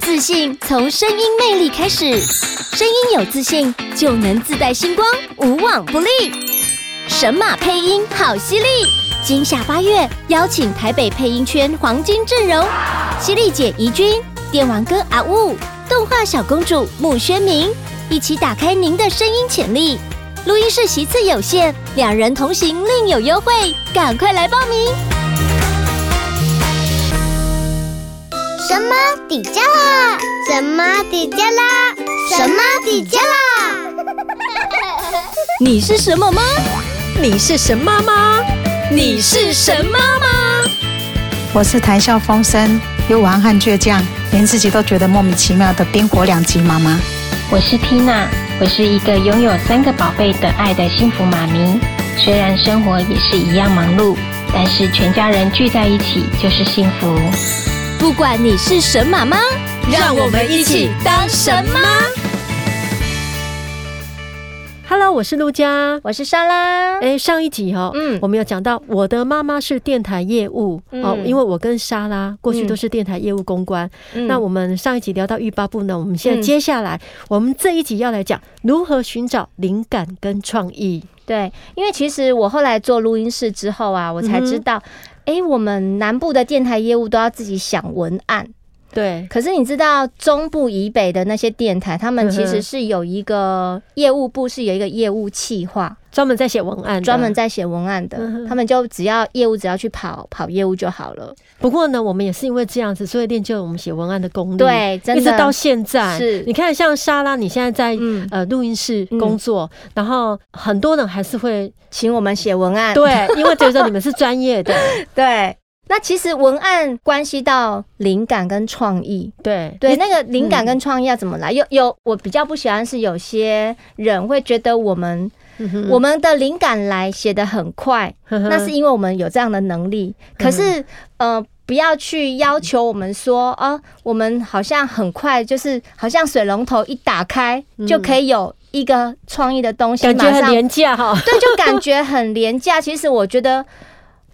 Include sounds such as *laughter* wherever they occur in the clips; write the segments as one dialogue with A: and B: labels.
A: 自信从声音魅力开始，声音有自信就能自带星光，无往不利。神马配音好犀利！今夏八月邀请台北配音圈黄金阵容：犀利姐怡君、电玩哥阿雾、动画小公主穆宣明，一起打开您的声音潜力。录音室席次有限，两人同行另有优惠，赶快来报名！
B: 什么底价啦？什么底价啦？什么底价 *laughs* 啦？
A: 你是什么吗？
C: 你是神妈吗？你是神妈吗？
D: 我是谈笑风生、又玩和倔强，连自己都觉得莫名其妙的冰火两极妈妈。
E: 我是缇娜，我是一个拥有三个宝贝的爱的幸福妈咪。虽然生活也是一样忙碌，但是全家人聚在一起就是幸福。
A: 不管你是神马吗？
C: 让我们一起当神妈。Hello，我是陆佳。
F: 我是莎拉。
C: 哎，上一集哦，
F: 嗯
C: 我们有讲到我的妈妈是电台业务、哦，
F: 嗯
C: 因为我跟莎拉过去都是电台业务公关。
F: 嗯
C: 那我们上一集聊到欲罢不能，我们现在
F: 嗯
C: 接下来、我们这一集要来讲如何寻找灵感跟创意。
F: 对，因为其实我后来做录音室之后啊，我才
C: 嗯
F: 知道，哎、我们南部的电台业务都要自己想文案。
C: 对，
F: 可是你知道中部以北的那些电台，他们其
C: 嗯哼
F: 实是有一个业务部，是有一个业务企划，
C: 专门在写文案的，
F: 专门在写文案的
C: 嗯哼。
F: 他们就只要业务只要去跑跑业务就好了。
C: 不过呢，我们也是因为这样子，所以练就了我们写文案的功力。
F: 对真
C: 嗯
F: 的
C: 一直到现在。
F: 是
C: 你看像莎拉，你现在在、
F: 嗯
C: 呃录音室工作，然后很多人还是会
F: 请我们写文案，
C: 对，因为觉得你们是专业
F: *laughs*
C: 的，
F: 对。那其实文案关系到灵感跟创意，
C: 对
F: 对，
C: 你
F: 那个灵感跟创意要怎么来？有有，我比较不喜欢是有些人会觉得我们、
C: 嗯哼嗯
F: 我们的灵感来写的很快，
C: 呵呵
F: 那是因为我们有这样的能力。可是呃，不要去要求我们说啊、我们好像很快，就是好像水龙头一打开、就可以有一个创意的东西，
C: 感觉
F: 马
C: 很
F: 上
C: 廉价哈。
F: *laughs* 对，就感觉很廉价。 *laughs* 其实我觉得，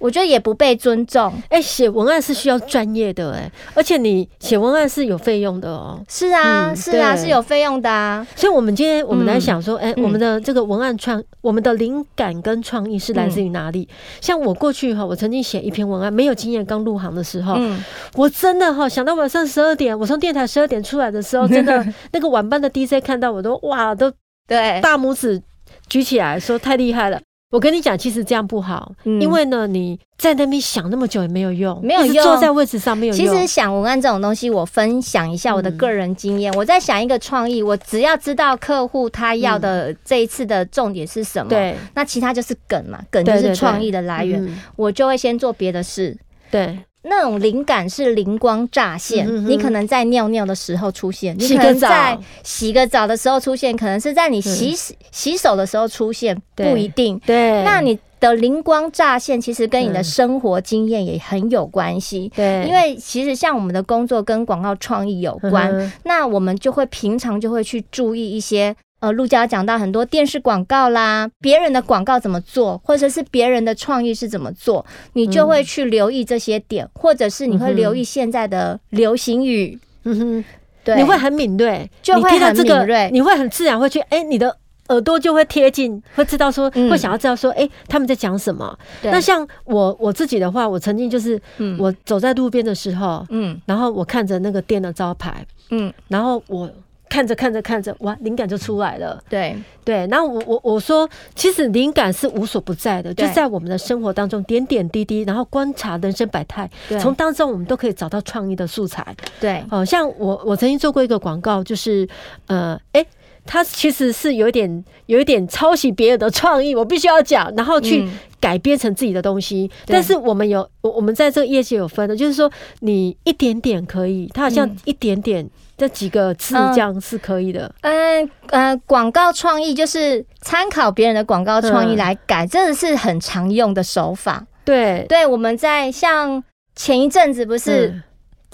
F: 我觉得也不被尊重。
C: 哎、写文案是需要专业的哎、而且你写文案是有费用的哦、
F: 是啊，
C: 嗯
F: 是啊，
C: 对
F: 是有费用的啊。
C: 所以，我们今天我们来想说，哎、
F: 嗯
C: 我们的这个文案创，我们的灵感跟创意是来
F: 嗯
C: 自于哪里？像我过去哈，我曾经写一篇文案，没有经验，刚入行的时候，
F: 嗯，
C: 我真的哈想到晚上十二点，我从电台十二点出来的时候，真
F: *laughs*
C: 的那个晚班的 DJ 看到我都哇，都
F: 对，
C: 大拇指举起来说太厉害了。我跟你讲，其实这样不好，
F: 嗯
C: 因为呢，你在那边想那么久也没有用，
F: 没有
C: 一直
F: 用
C: 坐在位置上没有嗯
F: 其
C: 用。
F: 实想文案这种东西，我分享一下我的个人经验。我在想一个创意，我只要知道客户他要的这一次的重点是什么，
C: 嗯对
F: 那其他就是梗嘛，梗就
C: 对对
F: 是
C: 对
F: 创意的来源，
C: 嗯
F: 我就会先做别的事。
C: 对，
F: 那种灵感是灵光乍现，
C: 嗯哼哼
F: 你可能在尿尿的时候出现，你
C: 洗
F: 可
C: 个
F: 能
C: 澡嗯
F: 在洗个澡的时候出现，可能是在你洗洗手的时候出现，
C: 对
F: 不一定。
C: 对，
F: 那你的灵光乍现，其实跟你的
C: 嗯
F: 生活经验也很有关系。
C: 对，
F: 因为其实像我们的工作跟广告创意有关，
C: 嗯哼
F: 那我们就会平常就会去注意一些。呃，陆家讲到很多电视广告啦，别人的广告怎么做，或者是别人的创意是怎么做，你就
C: 嗯
F: 会去留意这些点，或者是你会留意现在的流行语，
C: 嗯哼。
F: 对，
C: 你会很敏锐，
F: 就
C: 你
F: 会
C: 听到
F: 很
C: 这个
F: 敏锐
C: 你会很自然会去，哎、你的耳朵就会贴近，会知道说，
F: 嗯
C: 会想要知道说，哎、他们在讲什么。
F: 对
C: 那像我我自己的话，我曾经就是，
F: 嗯
C: 我走在路边的时候，
F: 嗯
C: 然后我看着那个店的招牌，
F: 嗯，
C: 然后我。看着看着看着，哇，灵感就出来了。
F: 对
C: 对，然后我我我说，其实灵感是无所不在的，就
F: 对
C: 在我们的生活当中点点滴滴，然后观察人生百态，
F: 对
C: 从当中我们都可以找到创意的素材。 *laughs*
F: 对，
C: 哦，像我我曾经做过一个广告，就是呃，诶，它其实是有一点有一点抄袭别人的创意，我必须要讲，然后去
F: 嗯
C: 改编成自己的东西。
F: 对
C: 但是我们有我我们在这个业界有分的，就是说你一点点可以，它好像
F: 嗯
C: 一点点这几个字
F: 嗯
C: 这样是可以的。
F: 嗯呃，广告创意就是参考别人的广告创意
C: 嗯
F: 来改，这个是很常用的手法。
C: 对，
F: 对，我们在像前一阵子不是、
C: 嗯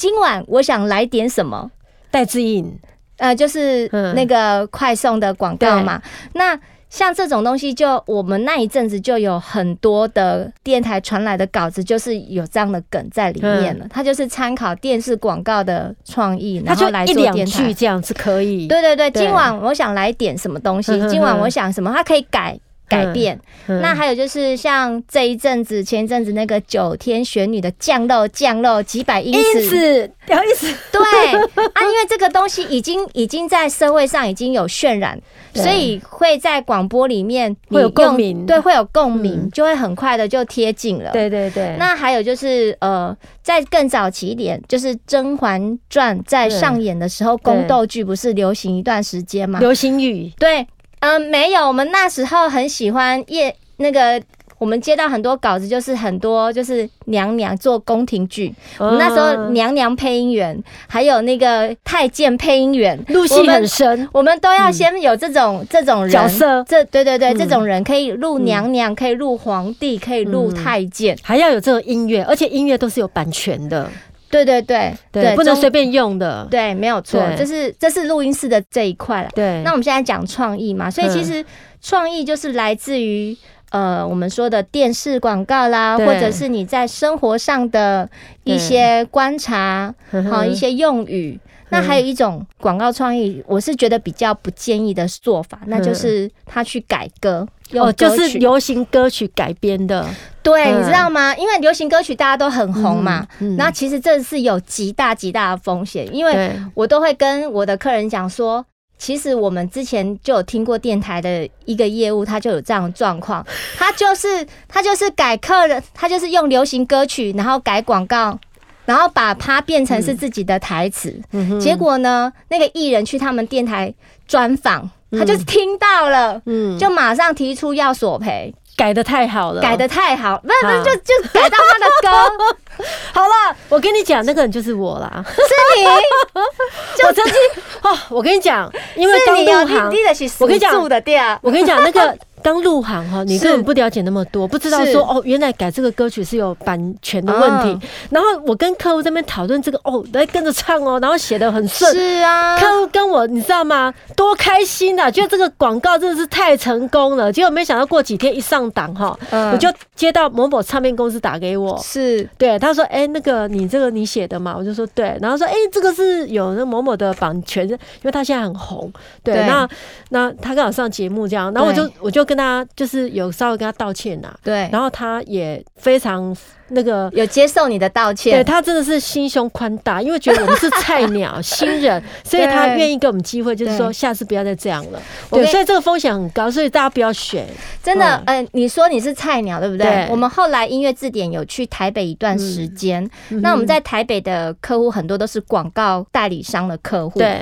F: 今晚我想来点什么，
C: 戴志颖，
F: 呃，就是
C: 嗯
F: 那个快送的广告嘛。那像这种东西就，我们那一阵子就有很多的电台传来的稿子，就是有这样的梗在里
C: 嗯
F: 面了。它就是参考电视广告的创意，
C: 他
F: 然
C: 就
F: 后来
C: 一
F: 做
C: 两
F: 电
C: 句
F: 台。
C: 这样子可以。
F: 对对对，
C: 对
F: 今晚我想来点什么东西
C: 哼哼，哼
F: 今晚我想什么，它可以改改变。
C: 嗯，
F: 那还有就是像这一阵子，前一阵子那个九天玄女的降肉降肉几百英
C: 因
F: 尺，
C: 此要一直
F: 对啊，因为这个东西已经已经在社会上已经有渲染，
C: 对
F: 所以会在广播里面你
C: 会有共
F: 用
C: 鸣
F: 对，会有共鸣，
C: 嗯
F: 就会很快的就贴近了。。
C: 对对
F: 那还有就是，呃，在更早期一点，就是《甄嬛传》在
C: 对
F: 上演的时候，宫斗剧不是流行一段时间吗？
C: 流行语
F: 对，嗯、没有，我们那时候很喜欢夜那个。我们接到很多稿子，就是很多就是娘娘做宫廷剧，我们那时候
C: 嗯
F: 娘娘配音员，还有那个太监配音员，
C: 入戏
F: 我们
C: 很深，
F: 我们都要先有这种、这种
C: 嗯
F: 人
C: 角色
F: 这对对对，
C: 嗯
F: 这种人可以入娘娘，可以入皇帝，可以入
C: 嗯
F: 太监，
C: 还要有这种音乐，而且音乐都是有版权的，
F: 对对对
C: 对，不能
F: 中
C: 随便用的。
F: 对，没有错，
C: 对
F: 这是这是录音室的这一块啦。
C: 对，
F: 那我们现在讲创意嘛，所以
C: 嗯
F: 其实创意就是来自于。呃，我们说的电视广告啦，
C: 对
F: 或者是你在生活上的一些观察，
C: 嗯哼
F: 好一些用语。那还有一种广告创意，我是觉得比较不建议的做法，那就是他去改歌，用
C: 嗯哦，
F: 歌
C: 就是
F: 曲
C: 流行歌曲改编的，
F: 对，
C: 嗯
F: 你知道吗？因为流行歌曲大家都很红嘛，
C: 嗯嗯
F: 那其实这是有极大极大的风险，因为
C: 对，
F: 我都会跟我的客人讲说，其实我们之前就有听过电台的一个业务，他就有这样的状况，他就是他就是改客人，他就是用流行歌曲，然后改广告。然后把它变成是自己的台词，
C: 嗯哼
F: 结果呢，那个艺人去他们电台专访，他就是听到了，
C: 嗯
F: 就马上提出要索赔，
C: 改的太好了，
F: 改的太好，不是不
C: 啊
F: 是就就改到他的歌，
C: *laughs* 好了。我跟你讲，那个人就是我啦，
F: 是
C: *laughs*
F: 你，
C: 我曾经哦，我跟你讲，因为刚
F: 是你
C: 入
F: 哦，
C: 行
F: 你，你的是
C: 我跟你讲
F: 属住的啊店，
C: 我跟你讲，那个 *laughs* 刚入行哈，你根本不了解那么多，不知道
F: 是
C: 说哦，原来改这个歌曲是有版权的问题。然后我跟客户这边讨论这个哦，来跟着唱哦，然后写的很顺。
F: 是啊，
C: 客户跟我，你知道吗？多开心啊！觉得这个广告真的是太成功了。结果没想到过几天一上档哈，
F: 嗯
C: 我就接到某某唱片公司打给我，
F: 是
C: 对他说：“哎、那个你这个你写的嘛？”我就说：“对。”然后说：“哎、这个是有那某某的版权，因为他现在很红。对”
F: 对
C: 那那他刚好上节目这样，然后我就我就跟他就是有稍微跟他道歉呐、啊
F: 对，
C: 然后他也非常那个。
F: 有接受你的道
C: 对
F: 歉，
C: 他真的是心胸宽大，因为觉得我们是菜鸟新
F: *laughs*
C: 人，所以他
F: 对
C: 愿意给我们机会，就是说
F: 对
C: 下次不要再这样了。
F: 我
C: 对，
F: 跟
C: 所以这个风险很高，所以大家不要学。
F: 真的，
C: 嗯
F: 嗯、你说你是菜鸟，对不对？
C: 对
F: 我们后来音乐字典有去台北一段时间，
C: 嗯
F: 那我们在台北的客户很多都是广告代理商的客户，。
C: 对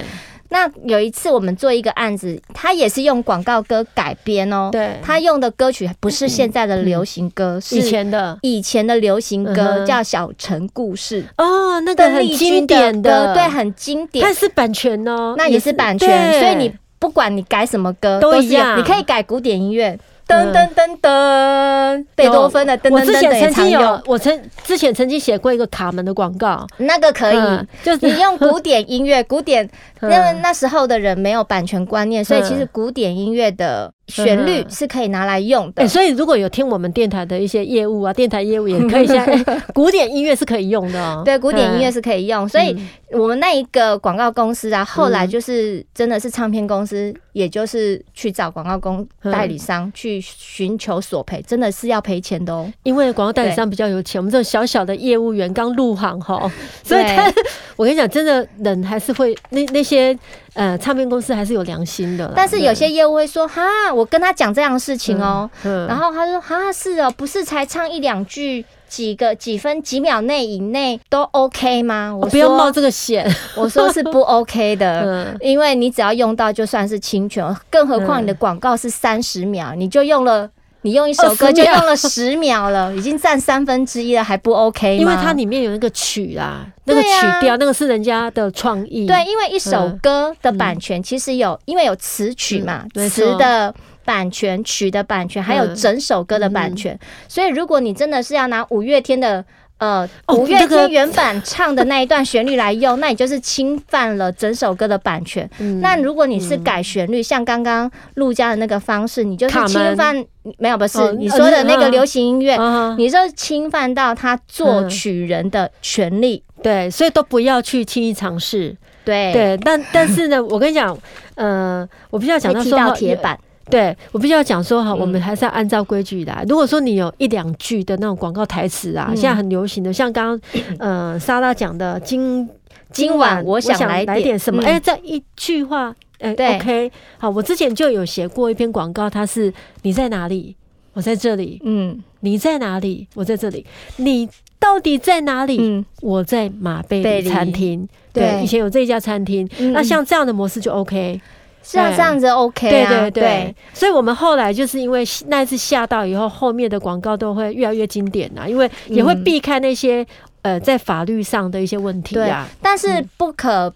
F: 那有一次我们做一个案子，他也是用广告歌改编哦，
C: 对，嗯
F: 他用的歌曲不是现在的流行歌，是
C: 以前的
F: 以前的流行
C: 嗯
F: 歌
C: 哼
F: 叫《小城故事》。
C: 哦，那个很
F: 邓丽君
C: 经典
F: 歌
C: 的，
F: 对，很经典。
C: 它是版权哦，
F: 那也是版权，
C: 对
F: 所以你不管你改什么歌
C: 都
F: 是
C: 一样
F: 有你可以改古典音乐，
C: 嗯
F: 噔噔噔噔，贝多芬的噔
C: 我
F: 噔
C: 之
F: 噔的
C: 前
F: 也
C: 曾
F: 常
C: 经有
F: 用，，
C: 我曾之前曾经写过一个卡门的广告，
F: 那个可以
C: 嗯。就是
F: 你用古典音 *laughs* 乐，古典，因
C: 嗯
F: 为那时候的人没有版权观念，所以
C: 嗯
F: 其实古典音乐的旋律
C: 嗯
F: 是可以拿来用的
C: 哎，。所以如果有听我们电台的一些业务啊，电台业务也可以现在
F: *laughs*
C: 哎古典音乐是可以用的哦，
F: 对，古典音乐
C: 嗯
F: 是可以用，所以我们那一个广告公司啊，后来就是真的是唱片公司，也就是去找广告公
C: 嗯
F: 代理商去寻求索赔，真的是要赔钱的哦。
C: 因为广告代理商比较有钱，我们这种小小的业务员刚入行
F: *laughs*
C: 哈，所以他 *laughs* 我跟你讲，真的人还是会那那些呃唱片公司还是有良心的啦，
F: 但是有些
C: 对
F: 业务会说：“哈，我跟他讲这样的事情哦。
C: 嗯
F: 然后他说：“哈，是哦，不是才唱一两句，几个几分几秒内以内都 OK 吗？”我
C: 哦不要冒
F: 说
C: 这个险，：“
F: 我说是不 OK 的。
C: *laughs*
F: *laughs*
C: 嗯，
F: 因为你只要用到就算是侵权，更何况你的广告是三十秒，你就用了，你用一首歌
C: 20
F: 就
C: 秒
F: 用了十秒了，已经占三分之一了，还不 OK 吗？
C: 因为它里面有那个曲啦，那个
F: 对啊
C: 曲调，那个是人家的创意，
F: 对，因为一首
C: 嗯
F: 歌的版权其实有，因为有词曲嘛
C: 嗯，没
F: 词
C: 错
F: 的版权、曲的版权，还有
C: 嗯
F: 整首歌的版权。所以，如果你真的是要拿五月天的呃
C: 哦
F: 五月
C: 这个
F: 天原版唱的那一段旋律来用，那你就是侵犯了整首歌的版权。
C: *laughs* 嗯
F: 那如果你是改旋律，像刚刚陆家的那个方式，你就是
C: 卡门
F: 侵犯，没有不是
C: 哦
F: 你说的那个流行音乐，
C: 啊
F: 你就是侵犯到他作曲人的权利。
C: 对，所以都不要去轻易尝试。
F: 对，
C: 嗯对，但但是呢，我跟你讲，呃，我必须要讲
F: 会
C: 到
F: 踢
C: 说
F: 到
C: 哈
F: 铁板。
C: 对我必须要讲说哈，
F: 嗯
C: 我们还是要按照规矩来。如果说你有一两句的那种广告台词啊，
F: 嗯
C: 现在很流行的，像刚刚
F: *coughs*
C: 呃莎拉讲的今
F: 今晚我想来点
C: 什么？
F: 嗯
C: 哎、这一句话，哎、
F: 对
C: o k 好，我之前就有写过一篇广告，它是你在哪里？我在这里。
F: 嗯
C: 你在哪里？我在这里。你到底在哪里？
F: 嗯，
C: 我在马贝
F: 贝
C: 里
F: 里
C: 餐厅。
F: 对
C: 对，以前有这一家餐厅。
F: 嗯
C: 那像这样的模式就 OK。
F: 像
C: 对
F: 这样子 OK 啊，
C: 对对对，所以我们后来就是因为那一次吓到以后，后面的广告都会越来越经典啊啦，因为也会
F: 嗯
C: 避开那些、呃在法律上的一些问题啊
F: 对
C: 呀、
F: 但是不可、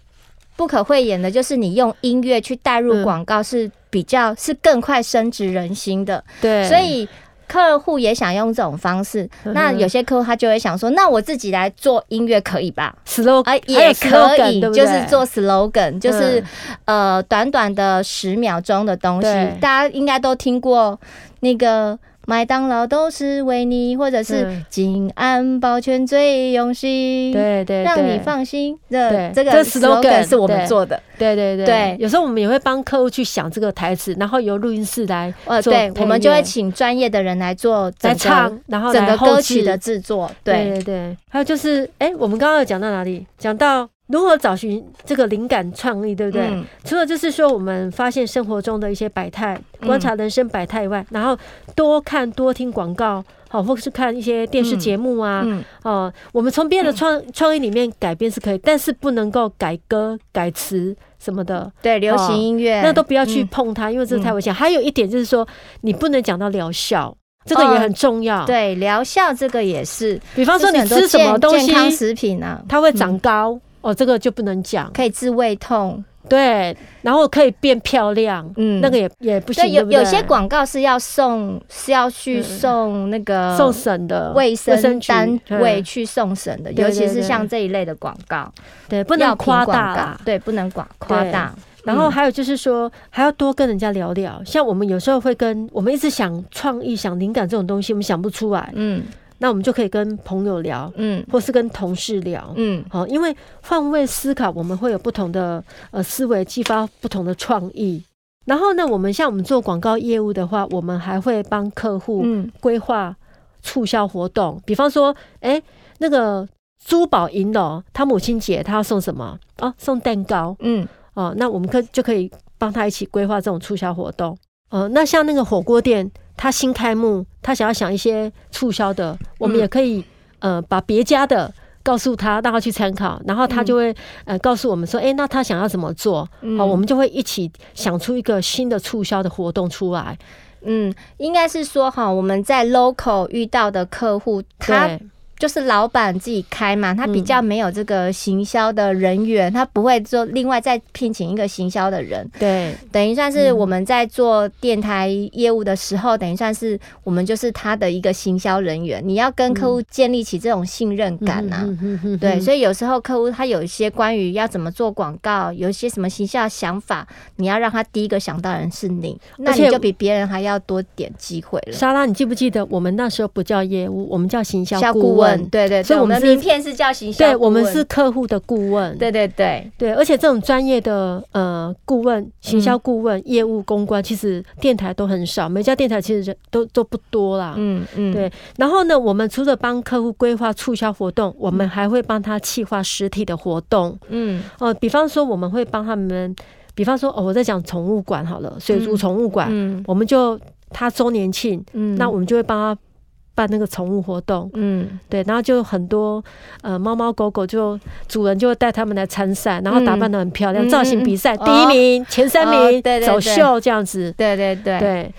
F: 不可讳言的，就是你用音乐去带入
C: 嗯
F: 广告是比较是更快升值人心的，
C: 对，
F: 所以。客户也想用这种方式，
C: 嗯哼
F: 那有些客户他就会想说，那我自己来做音乐可以吧？
C: slogan、
F: 啊，
C: 哦还有
F: 也可
C: slogan，
F: 以，
C: 对不对
F: 就是做 slogan，就是、
C: 嗯
F: 呃，短短的十秒钟的东西
C: 对，
F: 大家应该都听过那个。麦当劳都是为你，或者是
C: 嗯
F: 金安保全最用心。
C: 对对，
F: 让
C: 对
F: 你，放心的
C: 对
F: 这个
C: 这 slogan
F: 是我们
C: 对
F: 做的，
C: 对对对
F: 对
C: 有时候我们也会帮客户去想这个台词，然后由录音室来
F: 呃，
C: 做
F: 对，
C: 配
F: 我们就
C: 乐
F: 会请专业的人来做整
C: 来
F: 个
C: 唱，然后
F: 整
C: 来
F: 个
C: 后
F: 歌曲
C: 置
F: 的制作，
C: 对
F: 对
C: 对对，还有就是，哎、我们刚刚有讲到哪里？讲到如何找寻这个灵感创意，对不对？
F: 嗯
C: 除了就是说我们发现生活中的一些百态，
F: 嗯
C: 观察人生百态以外，然后多看多听广告，好、或是看一些电视节目啊，
F: 嗯，
C: 哦、我们从别人的创创意里面改变是可以，但是不能够改歌、改词什么的，
F: 对，流
C: 哦
F: 行音乐
C: 那都不要去
F: 嗯
C: 碰它，因为这太危险。还有一点就是说，你不能讲到疗效，这个也很重要。，
F: 哦对疗效这个也是，
C: 比方
F: 就
C: 说
F: 是
C: 你
F: 很多
C: 吃什么
F: 健
C: 东
F: 健康
C: 西，
F: 食品啊，
C: 它会长高。哦，这个就不能讲，
F: 可以治胃痛，
C: 对，然后可以变漂亮，
F: 嗯
C: 那个也也不行，
F: 对，有
C: 不
F: 有些广告是要送是要去
C: 嗯
F: 送那个
C: 送审的
F: 呃卫生
C: 局
F: 单位
C: 嗯
F: 去送审的，
C: 对
F: 尤其
C: 对
F: 是
C: 对
F: 像这一类的广告，
C: 对，不
F: 药
C: 能
F: 品嗯
C: 夸大
F: 广
C: 啦
F: 告，。对，不能广夸
C: 对
F: 大，
C: 然后还有就是说，还要多跟人家聊聊。像我们有时候会跟我们一直想创意、想灵感这种东西，我们想不出来，
F: 嗯
C: 那我们就可以跟朋友聊，
F: 嗯
C: 或是跟同事聊。
F: 嗯，
C: 好，因为换位思考，我们会有不同的呃思维，激发不同的创意。然后呢，我们像我们做广告业务的话，我们还会帮客户
F: 嗯
C: 规划促销活动，比方说，哎、那个珠宝银楼，他母亲节他要送什么？哦，送蛋糕
F: 嗯
C: 哦，那我们可就可以帮他一起规划这种促销活动。呃，那像那个火锅店，他新开幕，他想要想一些促销的，我们
F: 嗯
C: 也可以、呃把别家的。告诉他，让他去参考，然后他就会、呃告诉我们说，哎、那他想要怎么做？好、
F: 嗯
C: 我们就会一起想出一个新的促销的活动出来。
F: 嗯，应该是说哈，我们在 local 遇到的客户，他
C: 对
F: 就是老板自己开嘛，他比
C: 嗯
F: 较没有这个行销的人员，他不会做另外再聘请一个行销的人，
C: 对，
F: 等于算是我们在做电台业务的时候，等于算是我们就是他的一个行销人员，你要跟客户建立起这种信任感呐、
C: 嗯哼哼哼
F: 啊对，
C: 哼
F: 所以有时候客户他有一些关于要怎么做广告，有一些什么形象想法，你要让他第一个想到的人是你，那
C: 而
F: 你
C: 且
F: 就比别人还要多点机会了。
C: 莎拉，你记不记得我们那时候不叫业务，我们叫行销
F: 销
C: 顾
F: 顾问，
C: 问？
F: 对对对，
C: 所以
F: 我
C: 我
F: 们
C: 们
F: 的
C: 是
F: 名片是叫行销，
C: 对，我们是，客户的顾问。
F: 对对对，
C: 对，而且这种专业的呃顾问、行销顾问、
F: 嗯
C: 业务公关，其实电台都很少，每家电台其实人都都不多啦。
F: 嗯嗯，
C: 对然后呢，我们除了帮客户规划促销活动，我们还会帮他企划实体的活动。
F: 嗯
C: 呃，比方说我们会帮他们，比方说哦，我在讲宠物馆好了，水族
F: 嗯
C: 宠物馆，
F: 嗯
C: 我们就他周年庆，啊
F: 嗯，
C: 那我们就会帮他办那个宠物活动，
F: 嗯
C: 对，然后就很多呃猫猫狗狗就主人就会带他们来参赛，然后打扮的很漂亮，
F: 嗯
C: 造型比赛、
F: 嗯嗯
C: 第一名、前三名、
F: 哦对对对
C: 走秀这样子，
F: 对对对。
C: 对，嗯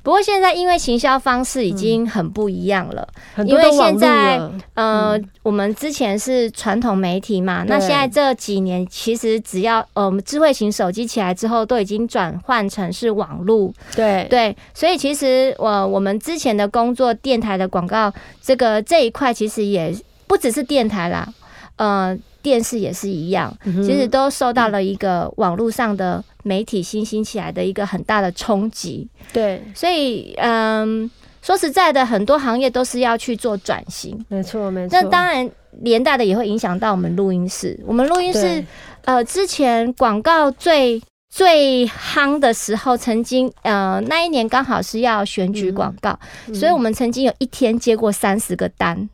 F: 不过现在因为行销方式已经很不一样了，
C: 很多
F: 因
C: 都
F: 为
C: 网
F: 现
C: 路
F: 在
C: 了，
F: 呃，我们之前是传统媒体嘛，那
C: 嗯对
F: 现在这几年其实只要呃，我们智慧型手机起来之后，都已经转换成是网络，
C: 对
F: 对，所以其实我、呃我们之前的工作，电台的广告这个这一块，其实也不只是电台啦，呃，电视也是一样，
C: 嗯
F: 其实都受到了一个网络上的媒体新兴起来的一个很大的冲击。
C: 对，
F: 所以，嗯，说实在的，很多行业都是要去做转型。
C: 没错没错。
F: 那当然，连带的也会影响到我们录音室。我们录音室
C: 对，
F: 呃，之前广告最最夯的时候，曾经，呃，那一年刚好是要选
C: 嗯
F: 举广告，所以我们曾经有一天接过三十个单，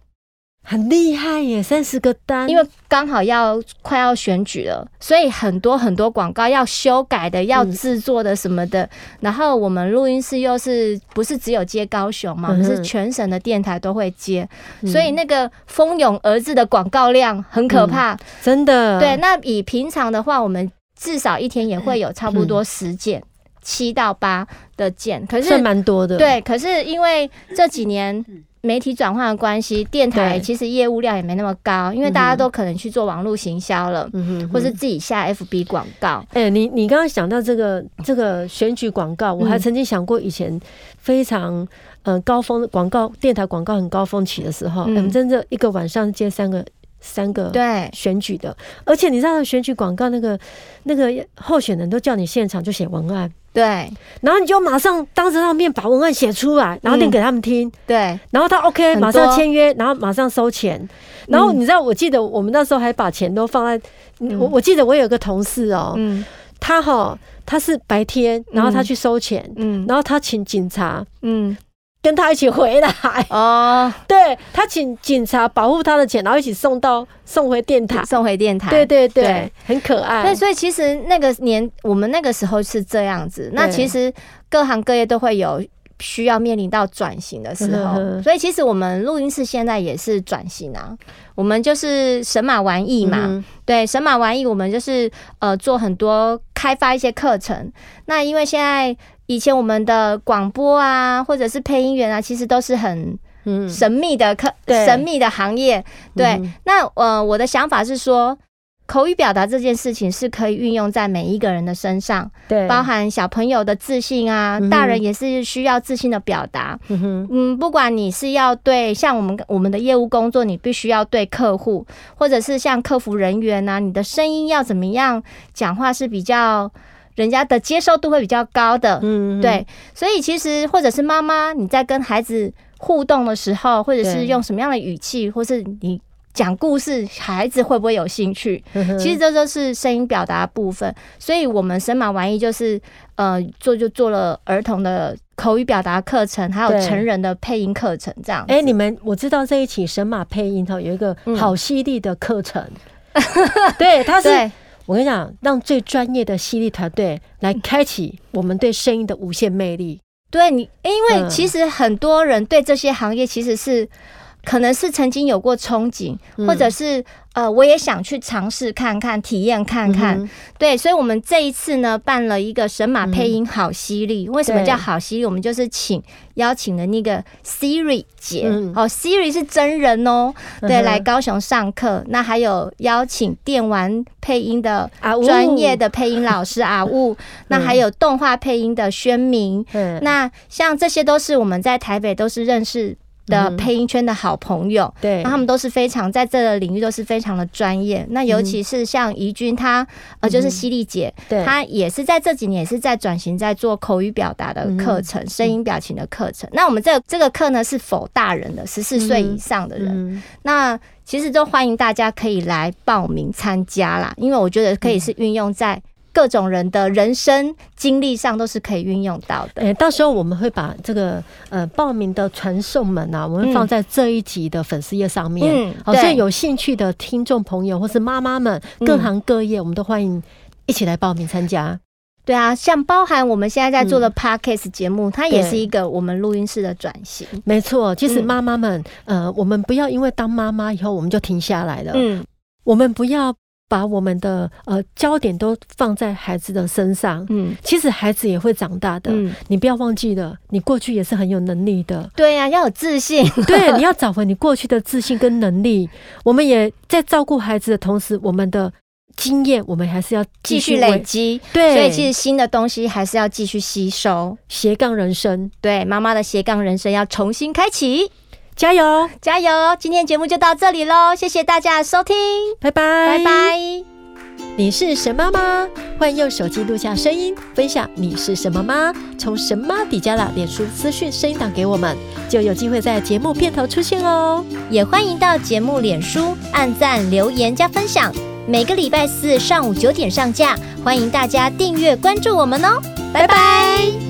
C: 很厉害耶，三十个单，
F: 因为刚好要快要选举了，所以很多很多广告要修改的、
C: 嗯
F: 要制作的什么的。然后我们录音室又是不是只有接高雄嘛？我们
C: 嗯
F: 是
C: 哼嗯
F: 全省的电台都会接，所以那个蜂拥而至的广告量很可怕。
C: 真的
F: 对，那以平常的话，我们至少一天也会有差不多
C: 嗯
F: 十件，七、到八的件。可
C: 算
F: 是
C: 蛮多的。
F: 对，嗯可是因为这几年媒体转换的关系，电台
C: 对
F: 其实业务量也没那么高，因为大家都可能去做网络行销了，
C: 嗯哼，嗯哼
F: 或是自己下 FB 广告。
C: 哎、你你刚刚讲到这个这个选举广告，
F: 嗯
C: 我还曾经想过以前非常呃高峰的广告，电台广告很高峰期的时候，哎我
F: 嗯
C: 们真的一个晚上接三个三个
F: 对
C: 选举的，而且你知道选举广告那个那个候选人都叫你现场就写文案，
F: 对
C: 然后你就马上当着他面把文案写出来，然后念给他们听，
F: 对，
C: 然后他 OK
F: 嗯很多嗯
C: 马上签约，然后马上收钱，然后你知道我记得我们那时候还把钱都放在，嗯我我记得我有个同事哦、
F: 嗯
C: 他哈，他是白天，然后他去收钱，
F: 嗯
C: 然后他请警察
F: 嗯，
C: 跟他一起回来， *laughs*
F: 哦，
C: 对他请警察保护他的钱，然后一起送到送回电台。
F: 送回电台。嗯
C: 对对对，
F: 对
C: 很可爱
F: 对，。所以其实那个年，我们那个时候是这样子。那
C: 对
F: 其实各行各业都会有需要面临到转型的时
C: 嗯哼
F: 候，
C: 哼
F: 所以其实我们录音室现在也是转型啊。我们就是神马玩意嘛，
C: 嗯
F: 对，神马玩意，我们就是呃做很多开发一些课程。那因为现在以前我们的广播啊，或者是配音员啊，其实都是很
C: 嗯
F: 神秘的课、
C: 对
F: 神秘的行业。对，
C: 嗯
F: 那呃，我的想法是说，口语表达这件事情是可以运用在每一个人的身上，
C: 对，
F: 包含小朋友的自信啊，
C: 嗯哼
F: 大人也是需要自信的表达。
C: 嗯哼
F: 嗯，不管你是要对像我们我们的业务工作，你必须要对客户，或者是像客服人员呐、啊你的声音要怎么样讲话是比较人家的接受度会比较高的。
C: 嗯，
F: 对，所以其实或者是妈妈，你在跟孩子互动的时候，或者
C: 对
F: 是用什么样的语气，或是你讲故事，孩子会不会有兴趣？
C: 嗯哼
F: 其实这就是声音表达的部分。所以我们神马玩意就是呃做就做了儿童的口语表达课程，还有
C: 对
F: 成人的配音课程这样子。
C: 哎、你们我知道这一期神马配音哈有一个
F: 嗯
C: 好犀利的课程，
F: *laughs*
C: 对，他是
F: 对
C: 我跟你讲，让最专业的犀利团队来开启我们对声音的无限魅力。
F: 对你，因为
C: 嗯
F: 其实很多人对这些行业其实是。可能是曾经有过憧憬，
C: 嗯
F: 或者是呃，我也想去尝试看看、体验看看。
C: 嗯哼
F: 对，所以我们这一次呢办了一个神马配音好犀利。为什么
C: 嗯对
F: 叫好犀利？我们就是请邀请了那个 Siri 姐、
C: 嗯
F: 哦，Siri 是真人哦，
C: 嗯
F: 对，
C: 哼
F: 来高雄上课。那还有邀请电玩配音的
C: 啊呜
F: 专业的配音老师阿雾，那还有动画配音的宣明，
C: 嗯
F: 那像这些都是我们在台北都是认识的
C: 嗯
F: 配音圈的好朋友，
C: 对，
F: 那他们都是非常在这个领域都是非常的专业。那尤其是像怡君她，呃，就是犀利姐，
C: 嗯对
F: 她也是在这几年也是在转型，在做口语表达的课
C: 嗯
F: 程、声音表情的课程。那我们这这个课呢是否大人的，十四岁以上的人？
C: 嗯
F: 那其实都欢迎大家可以来报名参加啦，因为我觉得
C: 嗯
F: 可以是运用在各种人的人生经历上，都是可以运用到的。
C: 诶、哎到时候我们会把这个呃报名的传送门啊，我们会放在这一集的粉丝页上面。
F: 嗯
C: 好、
F: 对
C: 所以有兴趣的听众朋友或是妈妈们，各
F: 嗯
C: 行各业，我们都欢迎一起来报名参加。
F: 对啊，像包含我们现在在做的 podcast 节目，它也
C: 对
F: 是一个我们录音室的转型。
C: 没错，其实
F: 嗯
C: 妈妈们，呃，我们不要因为当妈妈以后我们就停下来了，
F: 嗯，
C: 我们不要把我们的呃焦点都放在孩子的身上。
F: 嗯，
C: 其实孩子也会长大的，
F: 嗯
C: 你不要忘记了，你过去也是很有能力的。
F: 对呀、要有自信。
C: 对，你要找回你过去的自信跟能力。我们也在照顾孩子的同时，我们的经验我们还是要
F: *laughs* 继续
C: 维
F: 累。积，
C: 对，
F: 所以其实新的东西还是要继续吸收。
C: 斜杠人生。
F: 对，妈妈的斜杠人生要重新开启。
C: 加油，
F: 加油！今天节目就到这里喽，谢谢大家的收听，
C: 拜拜，
F: 拜。拜。
C: 你是神妈吗？欢迎用手机录下声音，分享你是什么吗？从神妈底加啦脸书资讯声音档给我们，就有机会在节目片头出现哦。
F: 也欢迎到节目脸书按赞、留言加分享。每个礼拜四上午九点上架，欢迎大家订阅关注我们哦，拜拜